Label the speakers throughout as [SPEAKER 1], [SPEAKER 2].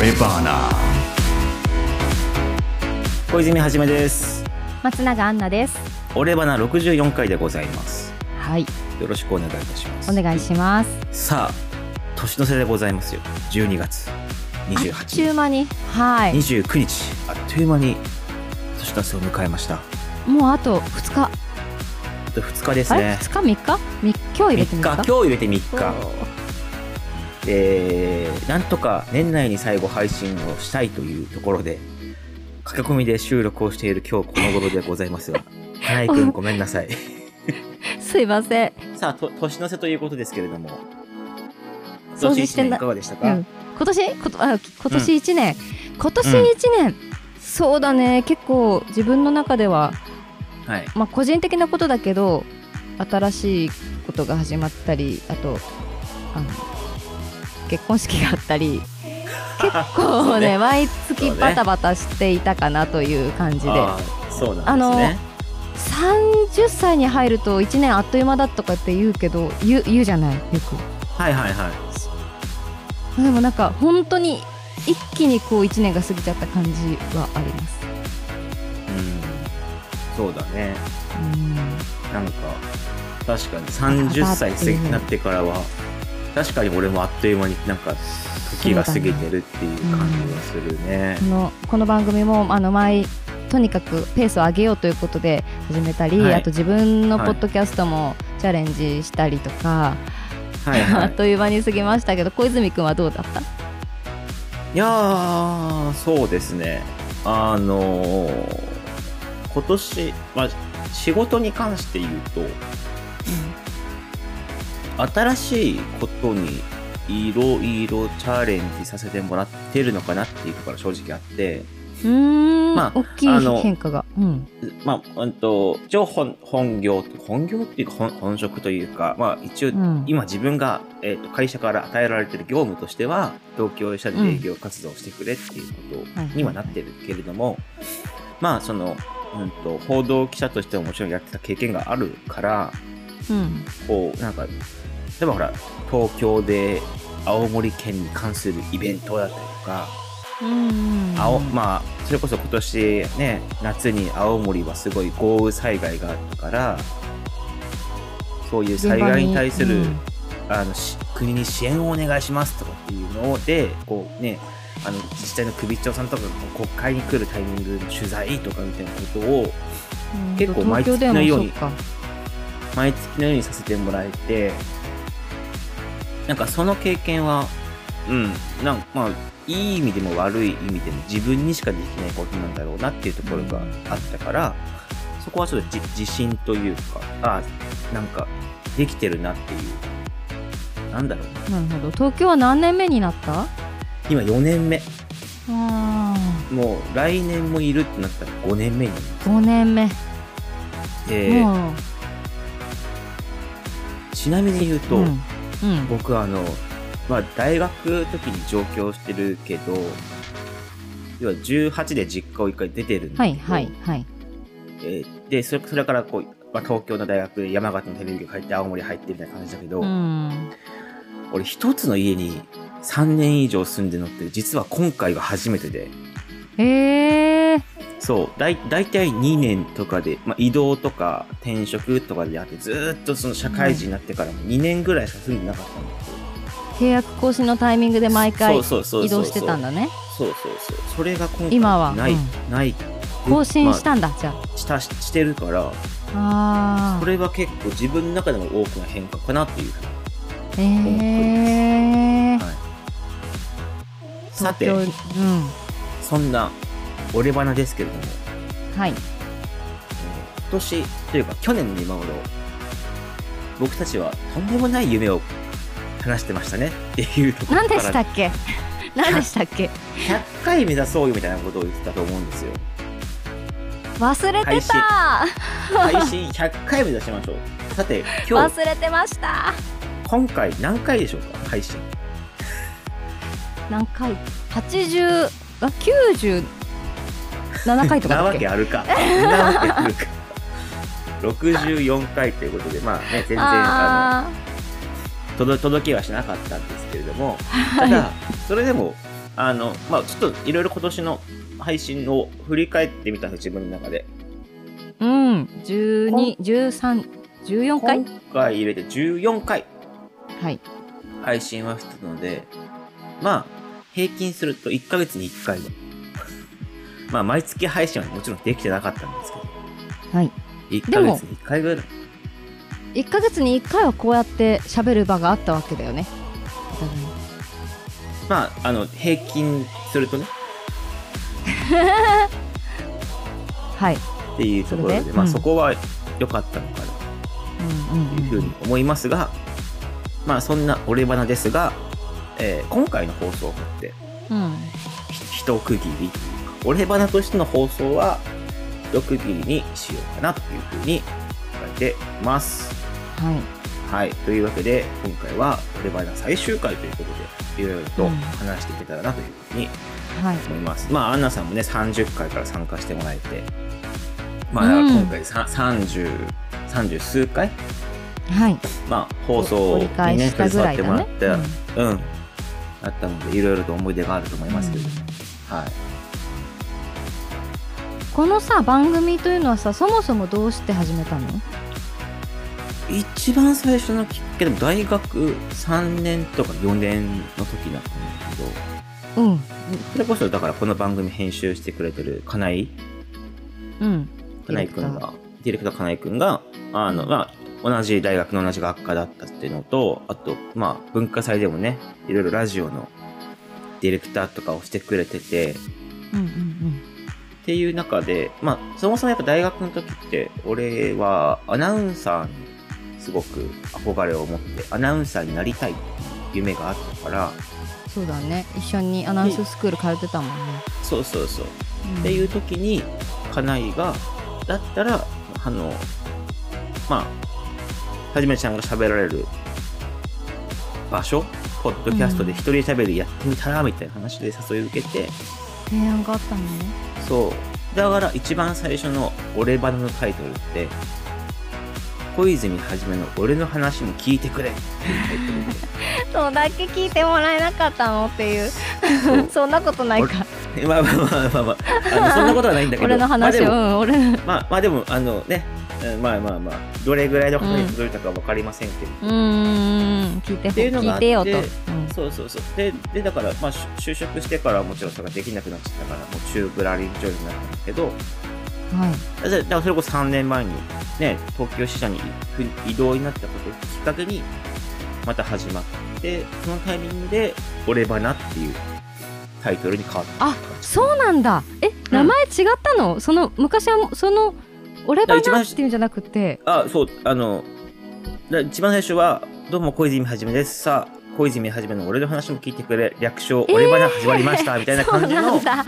[SPEAKER 1] 俺バナ
[SPEAKER 2] 小泉はじめです
[SPEAKER 3] 松永アンナです。
[SPEAKER 2] オレバナ64回でございます
[SPEAKER 3] はい、
[SPEAKER 2] よろしくお願いいたします
[SPEAKER 3] お願いします。
[SPEAKER 2] さあ年の瀬でございますよ12月
[SPEAKER 3] あっちゅう
[SPEAKER 2] 28
[SPEAKER 3] 間に、はい、
[SPEAKER 2] 日29日あっという間に年の瀬を迎えました
[SPEAKER 3] もうあと2日、
[SPEAKER 2] あと2日です
[SPEAKER 3] あれ、
[SPEAKER 2] ね
[SPEAKER 3] 2日、3日、3日、今日入れ
[SPEAKER 2] 3日
[SPEAKER 3] てみる
[SPEAKER 2] 今
[SPEAKER 3] か
[SPEAKER 2] 日。入れて3日えー、なんとか年内に最後配信をしたいというところで駆け込みで収録をしている今日この頃でございます が花井くんごめんなさい
[SPEAKER 3] すいません、
[SPEAKER 2] さあと年の瀬ということですけれども
[SPEAKER 3] 掃
[SPEAKER 2] 年
[SPEAKER 3] 除し
[SPEAKER 2] 一
[SPEAKER 3] て
[SPEAKER 2] 年い
[SPEAKER 3] な、
[SPEAKER 2] かがでした
[SPEAKER 3] う
[SPEAKER 2] か、
[SPEAKER 3] ん、今年、こと、あ、今年1年、今年1年、そうだね、結構自分の中では、
[SPEAKER 2] はい
[SPEAKER 3] まあ個人的なことだけど、新しいことが始まったり、あと、あの。結婚式があっ たり結
[SPEAKER 2] そ
[SPEAKER 3] 構
[SPEAKER 2] う
[SPEAKER 3] ね
[SPEAKER 2] ね
[SPEAKER 3] 毎
[SPEAKER 2] そう
[SPEAKER 3] 月
[SPEAKER 2] ね
[SPEAKER 3] バタバタしていたかなという感じで、
[SPEAKER 2] あーそうなんですね
[SPEAKER 3] 30歳に入ると1年あっという間だとかって言うけど言う言うじゃないよく
[SPEAKER 2] はいはいはい
[SPEAKER 3] でもなんか本当に一気にこう1年が過ぎちゃった感じはあります
[SPEAKER 2] うんそうだね
[SPEAKER 3] う
[SPEAKER 2] なんか確かに30歳過ぎになってからは確かに俺もあっという間になんか時が過ぎてるっていう感じがするね
[SPEAKER 3] んこのこの番組もあの毎とにかくペースを上げようということで始めたり、
[SPEAKER 2] はい
[SPEAKER 3] あと自分の
[SPEAKER 2] はい
[SPEAKER 3] ポッドキャストもチャレンジしたりとか、
[SPEAKER 2] はいは
[SPEAKER 3] あ
[SPEAKER 2] い
[SPEAKER 3] っという間に過ぎましたけど小泉君はどうだった
[SPEAKER 2] いやーそうですねあのー今年、まあ、仕事に関して言うと新しいことにいろいろチャレンジさせてもらってるのかなっていうところが正直あって、
[SPEAKER 3] うーん、
[SPEAKER 2] まあ
[SPEAKER 3] 大き
[SPEAKER 2] あ
[SPEAKER 3] い
[SPEAKER 2] の
[SPEAKER 3] 変化が、うん、
[SPEAKER 2] まあ、うんと、一応本本業、本業っていうか本本職というか、まあ一応、
[SPEAKER 3] うん
[SPEAKER 2] 今自分が、えーと会社から与えられてる業務としては、同居者で営業活動をしてくれっていうことにはなってるけれども、まあその、うんと、報道記者としてももちろんやってた経験があるから、
[SPEAKER 3] うん、
[SPEAKER 2] こう、なんか、例えばほら、東京で青森県に関するイベントだったりとか、
[SPEAKER 3] うん
[SPEAKER 2] 青まあそれこそ今年ね夏に青森はすごい豪雨災害があったからそういう災害に対する、
[SPEAKER 3] うん
[SPEAKER 2] あのし国に支援をお願いしますとかっていうのでこうねあの自治体の首長さんとかがこう国会に来るタイミングの取材とかみたいなことを
[SPEAKER 3] うん
[SPEAKER 2] 結構毎
[SPEAKER 3] 東京
[SPEAKER 2] 月
[SPEAKER 3] でも
[SPEAKER 2] のように
[SPEAKER 3] そか
[SPEAKER 2] 毎月のようにさせてもらえてなんかその経験はうんなんかまあいい意味でも悪い意味でも自分にしかできないことなんだろうなっていうところがあったから、そこはちょっとじ自信というかあなんかできてるなっていうなんだろうな
[SPEAKER 3] なるほど東京は何年目になった
[SPEAKER 2] 今4年目
[SPEAKER 3] あ
[SPEAKER 2] もう来年もいるってなったら5年目になっ
[SPEAKER 3] 5年目、
[SPEAKER 2] て、
[SPEAKER 3] もう
[SPEAKER 2] ちなみに言うと、
[SPEAKER 3] うんうん
[SPEAKER 2] 僕あの、まあ、大学時に上京してるけど要は18で実家を一回出てるんだ
[SPEAKER 3] は
[SPEAKER 2] け
[SPEAKER 3] い
[SPEAKER 2] ど、
[SPEAKER 3] はいはい
[SPEAKER 2] えーでそれそれからこう、まあ、東京の大学で山形のテレビ局入って青森入ってみたいな感じだけど、
[SPEAKER 3] うん
[SPEAKER 2] 俺一つの家に3年以上住んでるのって実は今回が初めてで
[SPEAKER 3] えー、
[SPEAKER 2] そうだい大体2年とかで、まあ、移動とか転職とかであってずーっとその社会人になってからも2年ぐらいしか住んでなかったんだけど、
[SPEAKER 3] 契約更新のタイミングで毎回
[SPEAKER 2] そうそうそうそう
[SPEAKER 3] 移動してたんだね
[SPEAKER 2] そうそうそうそれが今回
[SPEAKER 3] 今は
[SPEAKER 2] ない、
[SPEAKER 3] う
[SPEAKER 2] ない
[SPEAKER 3] 更新したんだ、じゃ
[SPEAKER 2] まあしたしてるから
[SPEAKER 3] ああ
[SPEAKER 2] これは結構自分の中でも大きな変化かなっていう、
[SPEAKER 3] ーえ
[SPEAKER 2] は
[SPEAKER 3] ー、
[SPEAKER 2] い、さ
[SPEAKER 3] 東京
[SPEAKER 2] て
[SPEAKER 3] うん
[SPEAKER 2] そんな俺花ですけれども
[SPEAKER 3] はい
[SPEAKER 2] えー今年というか去年の今頃僕たちはとんでもない夢を話してましたねっていうところ
[SPEAKER 3] 何
[SPEAKER 2] から
[SPEAKER 3] でしたっけ何でしたっけ
[SPEAKER 2] 100回目指そうよみたいなことを言ってたと思うんです よ
[SPEAKER 3] 忘れてた
[SPEAKER 2] 配信100回目指しましょうさて今日
[SPEAKER 3] 忘れてました
[SPEAKER 2] 今回何回でしょうか配信
[SPEAKER 3] 何回80あ97回とか
[SPEAKER 2] な
[SPEAKER 3] だ
[SPEAKER 2] わ
[SPEAKER 3] っ
[SPEAKER 2] け
[SPEAKER 3] け
[SPEAKER 2] ある か。なわけあるか。64回ということで、まあね、全然あ
[SPEAKER 3] あ
[SPEAKER 2] の届届けはしなかったんですけれども、ただ、それでもあの、まあ、ちょっといろいろ今年の配信を振り返ってみたんです、自分の中で。
[SPEAKER 3] うん12、13、14回
[SPEAKER 2] 今回入れて14回
[SPEAKER 3] はい
[SPEAKER 2] 配信はしてたので、まあ、平均すると1ヶ月に1回は。 まあ、毎月配信はもちろんできてなかったんですけど、
[SPEAKER 3] はい
[SPEAKER 2] 1ヶ月に1回ぐらい。
[SPEAKER 3] 1ヶ月に1回はこうやって喋る場があったわけだよねお互いに
[SPEAKER 2] まあ、あの、平均するとね、
[SPEAKER 3] はい
[SPEAKER 2] っていうところ
[SPEAKER 3] それ
[SPEAKER 2] で、
[SPEAKER 3] で
[SPEAKER 2] まあ、
[SPEAKER 3] うん
[SPEAKER 2] そこは良かったのかな
[SPEAKER 3] うん
[SPEAKER 2] という
[SPEAKER 3] うん
[SPEAKER 2] ふうに思いますが、まあ、そんな俺花ですが、えー今回の放送をもって、
[SPEAKER 3] うんうん
[SPEAKER 2] ひ一区切りというか、俺花としての放送は、一区切りにしようかなというふうに考えています。
[SPEAKER 3] はい
[SPEAKER 2] はい。というわけで、今回は、俺バイナ最終回ということで、いろいろと
[SPEAKER 3] うん
[SPEAKER 2] 話していけたらなというふうに
[SPEAKER 3] はい
[SPEAKER 2] 思います。まあ、アンナさんもね、30回から参加してもらえて、まあ、だから今回さ、30、30数回
[SPEAKER 3] はい
[SPEAKER 2] まあ、放送を
[SPEAKER 3] 折り返
[SPEAKER 2] ね、
[SPEAKER 3] したぐらい
[SPEAKER 2] って
[SPEAKER 3] だ
[SPEAKER 2] もら
[SPEAKER 3] ね
[SPEAKER 2] って、うん、あったので、いろいろと思い出があると思いますけど、はい。
[SPEAKER 3] このさ番組というのはさそもそもどうして始めたの
[SPEAKER 2] 一番最初のきっかけでも、大学3年とか4年の時だったんだけど、
[SPEAKER 3] うん
[SPEAKER 2] それこそ、だからこの番組編集してくれてる金井
[SPEAKER 3] うん
[SPEAKER 2] 金井君が、ディレクター金井君が、あの、まあ、同じ大学の同じ学科だったっていうのと、あと、まあ、文化祭でもね、いろいろラジオのディレクターとかをしてくれてて、っ
[SPEAKER 3] うんうん
[SPEAKER 2] ていう中で、まあ、そもそもやっぱ大学の時って、俺はアナウンサーにすごく憧れを持って、アナウンサーになりたいっていう夢があったから、
[SPEAKER 3] うんそうだね一緒にアナウンススクール通ってたもんね、
[SPEAKER 2] そうそうそう。
[SPEAKER 3] うん
[SPEAKER 2] っていう時に金井がだったらあのまあはじめちゃんが喋られる場所ポッドキャストで一人喋りやってみたらみたいな話で誘い受けて、
[SPEAKER 3] 提案があったのね
[SPEAKER 2] そうだから一番最初の「俺バナ」のタイトルって小泉はじめの「俺の話も聞いてくれ」っていうタイトルで
[SPEAKER 3] そうだけ聞いてもらえなかったのって いうそんなことないか
[SPEAKER 2] まあまあまあまあまああのそんなことはないんだけど
[SPEAKER 3] 俺の話
[SPEAKER 2] まあで
[SPEAKER 3] を、
[SPEAKER 2] も
[SPEAKER 3] うん、俺の
[SPEAKER 2] まあまあでもあのね、うんまあまあまあどれぐらいの方に届いたかわかりませんけど、
[SPEAKER 3] うーん聞いてほ
[SPEAKER 2] っていうのがあっ
[SPEAKER 3] 聞い
[SPEAKER 2] て
[SPEAKER 3] てよと、
[SPEAKER 2] そうそうそうででだから、まあ、就就職してからはもちろんそれができなくなっちゃったからもう中ぶらりんちょいになったんだけど
[SPEAKER 3] うんはい
[SPEAKER 2] だだからそれこそ3年前にね東京支社に行く移動になったことをきっかけにまた始まってそのタイミングで「俺バナ」っていうタイトルに変わった
[SPEAKER 3] あそうなんだえ名前違ったの、その昔はその俺バ
[SPEAKER 2] 一番
[SPEAKER 3] ナっていうんじゃなくて
[SPEAKER 2] あ、そう、あの、だ一番最初は、どうも小泉はじめです。さあ、小泉はじめの俺の話も聞いてくれ、略称、俺バナ始まりました、みたいな感じの、
[SPEAKER 3] そうなんだ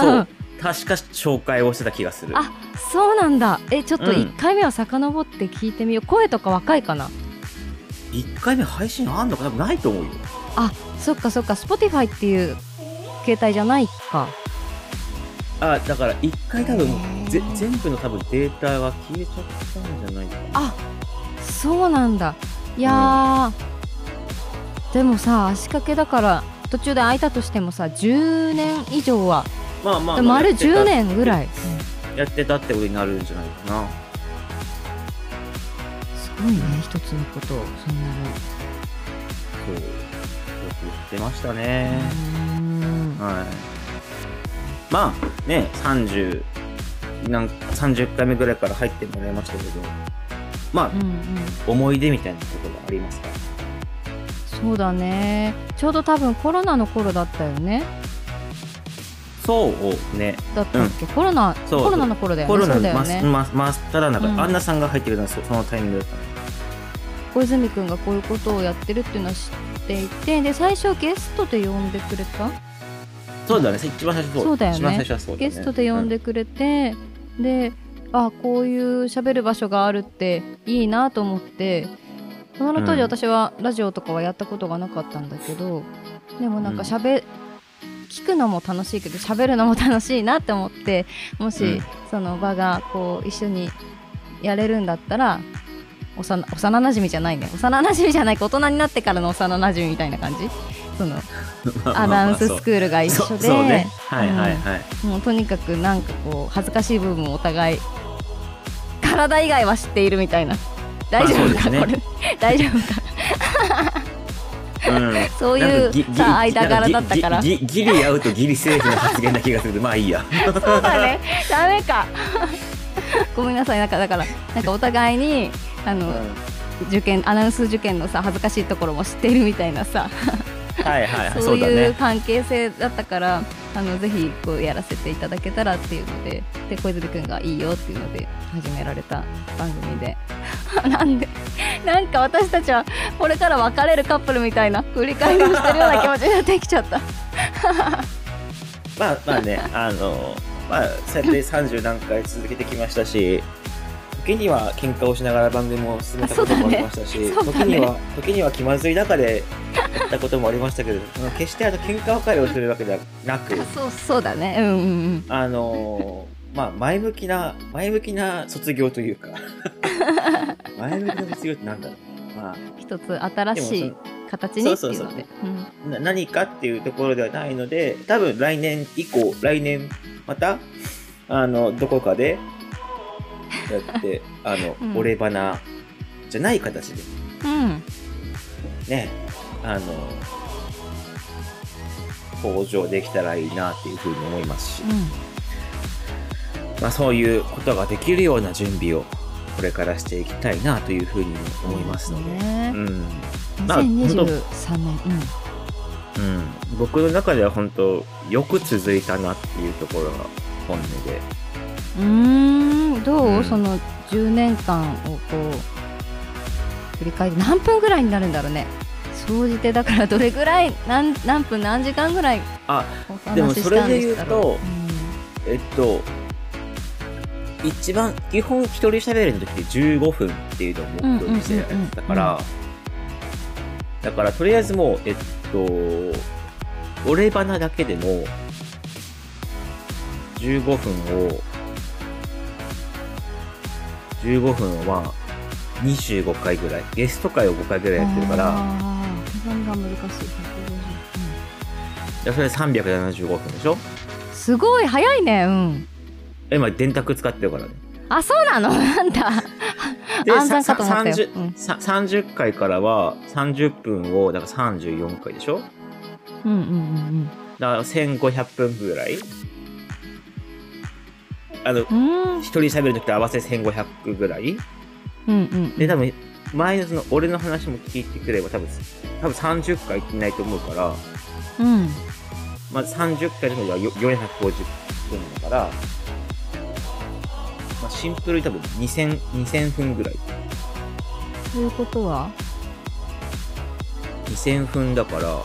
[SPEAKER 2] そう、確か紹介をしてた気がする。
[SPEAKER 3] あそうなんだえちょっと
[SPEAKER 2] うん
[SPEAKER 3] 1回目は遡って聞いてみよう、声とか若いかな
[SPEAKER 2] 1回目配信あんのか多分ないと思うよ。
[SPEAKER 3] そっかそっか Spotify っていう携帯じゃないか
[SPEAKER 2] あ、だから1回多分
[SPEAKER 3] へ、ー
[SPEAKER 2] ぜ全部の多分データが消えちゃったんじゃないかな。
[SPEAKER 3] あそうなんだいやー、でもさ足掛けだから途中で空いたとしてもさ10年以上は
[SPEAKER 2] まあまあ、まあ、
[SPEAKER 3] 丸10年ぐら
[SPEAKER 2] い。
[SPEAKER 3] い、
[SPEAKER 2] やってたってことになるんじゃないかな。
[SPEAKER 3] すごいね一つのことをそんなの
[SPEAKER 2] そう。よくやってましたね。
[SPEAKER 3] う
[SPEAKER 2] はい、まあね30なん30回目ぐらいから入ってもらいましたけどまあ、
[SPEAKER 3] んうん
[SPEAKER 2] 思い出みたいなことがありますか
[SPEAKER 3] そうだねちょうど多分コロナの頃だったよね
[SPEAKER 2] そうね
[SPEAKER 3] だったっけ、コロナ
[SPEAKER 2] そう
[SPEAKER 3] コロナの頃だよね
[SPEAKER 2] コロナ
[SPEAKER 3] そうだ
[SPEAKER 2] のま
[SPEAKER 3] よね、
[SPEAKER 2] ままただ中で、
[SPEAKER 3] うん
[SPEAKER 2] アンナさんが入ってくれたのはそそのタイミングだったの
[SPEAKER 3] 小泉君がこういうことをやってるっていうのは知っていてで最初ゲストで呼んでくれた、
[SPEAKER 2] そうだね一番最初そう
[SPEAKER 3] そうだよね
[SPEAKER 2] 一番最初はそうだ、ね、
[SPEAKER 3] ゲストで呼んでくれて、であこういう喋る場所があるっていいなと思ってその当
[SPEAKER 2] うん
[SPEAKER 3] 時私はラジオとかはやったことがなかったんだけど、でもなんか喋、聞くのも楽しいけど喋るのも楽しいなって思ってもし、
[SPEAKER 2] うん
[SPEAKER 3] その場がこう一緒にやれるんだったら幼幼なじみじゃないね幼なじみじゃないか大人になってからの幼なじみみたいな感じその
[SPEAKER 2] ま
[SPEAKER 3] アナウンス
[SPEAKER 2] まあ
[SPEAKER 3] スクールが一
[SPEAKER 2] そ
[SPEAKER 3] 緒
[SPEAKER 2] う
[SPEAKER 3] で、
[SPEAKER 2] そうねはいはい
[SPEAKER 3] うん
[SPEAKER 2] はい、
[SPEAKER 3] もうとにかくなんかこう恥ずかしい部分をお互い体以外は知っているみたいな大丈夫
[SPEAKER 2] まあそうです
[SPEAKER 3] か、
[SPEAKER 2] ね
[SPEAKER 3] これ大丈夫か
[SPEAKER 2] うん
[SPEAKER 3] そう
[SPEAKER 2] ないんかぎ
[SPEAKER 3] うさ
[SPEAKER 2] ぎ
[SPEAKER 3] 間柄だったから
[SPEAKER 2] ぎぎぎギリアウトギリセーフな発言な気がするけどまあいいや
[SPEAKER 3] そうだねダメか ごめんなさいなんかだからなんかお互いにあ
[SPEAKER 2] う
[SPEAKER 3] の、
[SPEAKER 2] ん
[SPEAKER 3] 受験アナウンス受験のさ恥ずかしいところも知っているみたいなさ
[SPEAKER 2] はいはいはい
[SPEAKER 3] そ
[SPEAKER 2] そううだ
[SPEAKER 3] いう
[SPEAKER 2] ね
[SPEAKER 3] 関係性だったから、あのぜひこうやらせていただけたらっていうのでで小泉君がいいよっていうので始められた番組で なんでなんか私たちはこれから別れるカップルみたいな振り返りをしてるような気持ちになってきち ゃった
[SPEAKER 2] まあまあねあのまあそうやって30何回続けてきましたし時には喧嘩をしながら番組を進めたこともありましたし、
[SPEAKER 3] そう
[SPEAKER 2] 時
[SPEAKER 3] だねそうだね
[SPEAKER 2] には時には気まずい中でやったこともありましたけれども決してあの喧嘩別れをするわけではなく
[SPEAKER 3] そうそうだねうんうんうん
[SPEAKER 2] あのーまあ前向きな前向きな卒業という か前向きな卒業ってなんだろうまあ
[SPEAKER 3] 一つ新し
[SPEAKER 2] で
[SPEAKER 3] い
[SPEAKER 2] も
[SPEAKER 3] 形にって
[SPEAKER 2] そ
[SPEAKER 3] いう
[SPEAKER 2] そううそう
[SPEAKER 3] のでうん
[SPEAKER 2] な何かっていうところではないので多分来年以降来年またあのどこかでやってあの、
[SPEAKER 3] うん
[SPEAKER 2] 俺花じゃない形で
[SPEAKER 3] うん
[SPEAKER 2] ねあの向上できたらいいなっていうふうに思いますし、まあ、そういうことができるような準備をこれからしていきたいなというふうにも思いますので。
[SPEAKER 3] ね
[SPEAKER 2] うんまあ
[SPEAKER 3] 2023年、うん
[SPEAKER 2] うん、僕の中では本当よく続いたなっていうところが本音で
[SPEAKER 3] うーんどう、
[SPEAKER 2] うん
[SPEAKER 3] その10年間をこう振り返り何分ぐらいになるんだろうね総じてだからどれぐらい何何分何時間ぐらい
[SPEAKER 2] あ
[SPEAKER 3] お
[SPEAKER 2] でも
[SPEAKER 3] 話しし
[SPEAKER 2] それ
[SPEAKER 3] たん
[SPEAKER 2] で
[SPEAKER 3] で
[SPEAKER 2] 言
[SPEAKER 3] す
[SPEAKER 2] う
[SPEAKER 3] か
[SPEAKER 2] とえっと一番基本一人喋るの時で15分っていうのを目標にしてやってたからだからとりあえずもうえっと俺花だけでも15分を15分は25回ぐらいゲスト回を5回ぐらいやってるから、
[SPEAKER 3] 計算が難しい
[SPEAKER 2] いやそれ375分でしょ
[SPEAKER 3] すごい早いねうん
[SPEAKER 2] 今電卓使ってるからね
[SPEAKER 3] あそうなの なんだ
[SPEAKER 2] で
[SPEAKER 3] 暗算
[SPEAKER 2] さ
[SPEAKER 3] かと思ったよ
[SPEAKER 2] 30
[SPEAKER 3] うん
[SPEAKER 2] さ30回からは30分をだから34回でしょ
[SPEAKER 3] うんうんうん
[SPEAKER 2] だから1500分ぐらいあの一
[SPEAKER 3] うんうーん
[SPEAKER 2] 人喋る時と合わせ1500ぐらい
[SPEAKER 3] うんうん
[SPEAKER 2] で多分前のその俺の話も聞いてくれば多分多分30回いってないと思うから、
[SPEAKER 3] うん
[SPEAKER 2] まあ、30回の時はよ450分だから、まあ、シンプルに多分2000 2000分ぐらい
[SPEAKER 3] ということは
[SPEAKER 2] 2000分だから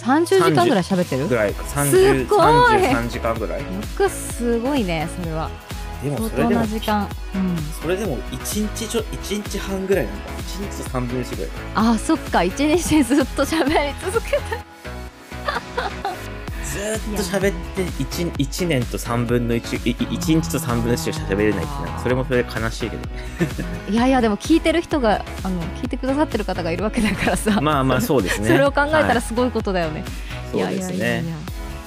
[SPEAKER 3] 30時間ぐらい喋ってる
[SPEAKER 2] ぐ
[SPEAKER 3] よ
[SPEAKER 2] らいか
[SPEAKER 3] す
[SPEAKER 2] 30
[SPEAKER 3] ごい
[SPEAKER 2] 33時間ぐらい
[SPEAKER 3] くすごいねそれは
[SPEAKER 2] でも
[SPEAKER 3] 相
[SPEAKER 2] それ
[SPEAKER 3] 当
[SPEAKER 2] でも
[SPEAKER 3] な時間うん
[SPEAKER 2] それでも1日ちょ1日半ぐらいなんだ1日と3分の1ぐらいか
[SPEAKER 3] あそっか一日でずっと喋り続けた
[SPEAKER 2] ずーっと喋って1 1年と3分の1いい1日と3分の1しか喋れないってなんかそれもそれで悲しいけどね
[SPEAKER 3] いやいやでも聞いてる人があの聞いてくださってる方がいるわけだからさ
[SPEAKER 2] まあまあそうです
[SPEAKER 3] そ
[SPEAKER 2] ね
[SPEAKER 3] れを考えた
[SPEAKER 2] は
[SPEAKER 3] ら
[SPEAKER 2] い
[SPEAKER 3] すごいことだよね、い、
[SPEAKER 2] そうです
[SPEAKER 3] やいやいや
[SPEAKER 2] ね
[SPEAKER 3] い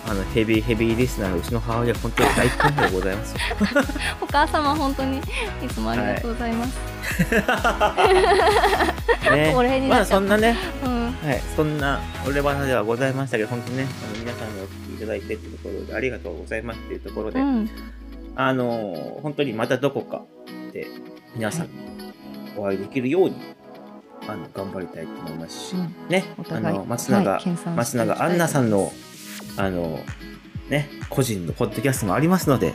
[SPEAKER 2] あのヘビーヘビーリスナーのうちの母親本当に大好評でございますよ
[SPEAKER 3] やお母様本当にいつもありがとうございます、
[SPEAKER 2] ね
[SPEAKER 3] お礼に
[SPEAKER 2] ま
[SPEAKER 3] なっ
[SPEAKER 2] あ
[SPEAKER 3] ちゃ
[SPEAKER 2] そん
[SPEAKER 3] った
[SPEAKER 2] なね
[SPEAKER 3] うん
[SPEAKER 2] はい、そんな俺話ではございましたけど、本当ね、あの皆さんにお聞きいただいてってところで、ありがとうございますっていうところで、
[SPEAKER 3] うん
[SPEAKER 2] あのー本当にまたどこかで皆さんにお会いできるように、あの、頑張りたいと思いますし、
[SPEAKER 3] うん
[SPEAKER 2] ね
[SPEAKER 3] お、
[SPEAKER 2] あ
[SPEAKER 3] 互い
[SPEAKER 2] の、松永、
[SPEAKER 3] はい研鑽していきたい
[SPEAKER 2] 松永アンナさんの、あの、ね、個人のポッドキャストもありますので、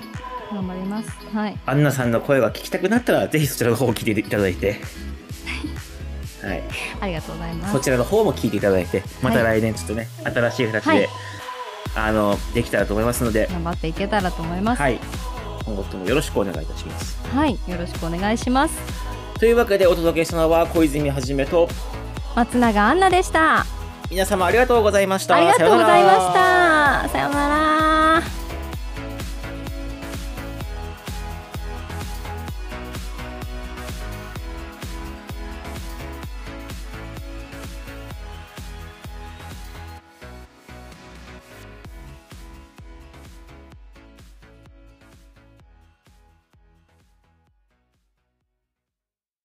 [SPEAKER 3] 頑張りますはい
[SPEAKER 2] アンナさんの声が聞きたくなったら、ぜひそちらの方を聞いていただいて、はい。
[SPEAKER 3] ありがとうございます
[SPEAKER 2] そちらの方も聞いていただいて、また来年ちょっとね、新しい形で、
[SPEAKER 3] はい
[SPEAKER 2] あの、できたらと思いますので、
[SPEAKER 3] 頑張っていけたらと思います
[SPEAKER 2] はい。今後ともよろしくお願いいたします。
[SPEAKER 3] はい、よろしくお願いします
[SPEAKER 2] というわけでお届けしたのは小泉はじめと、
[SPEAKER 3] 松永アンナでした
[SPEAKER 2] 皆様ありがとうございました。
[SPEAKER 3] ありがとうございま
[SPEAKER 2] さよ
[SPEAKER 3] し
[SPEAKER 2] なら
[SPEAKER 3] た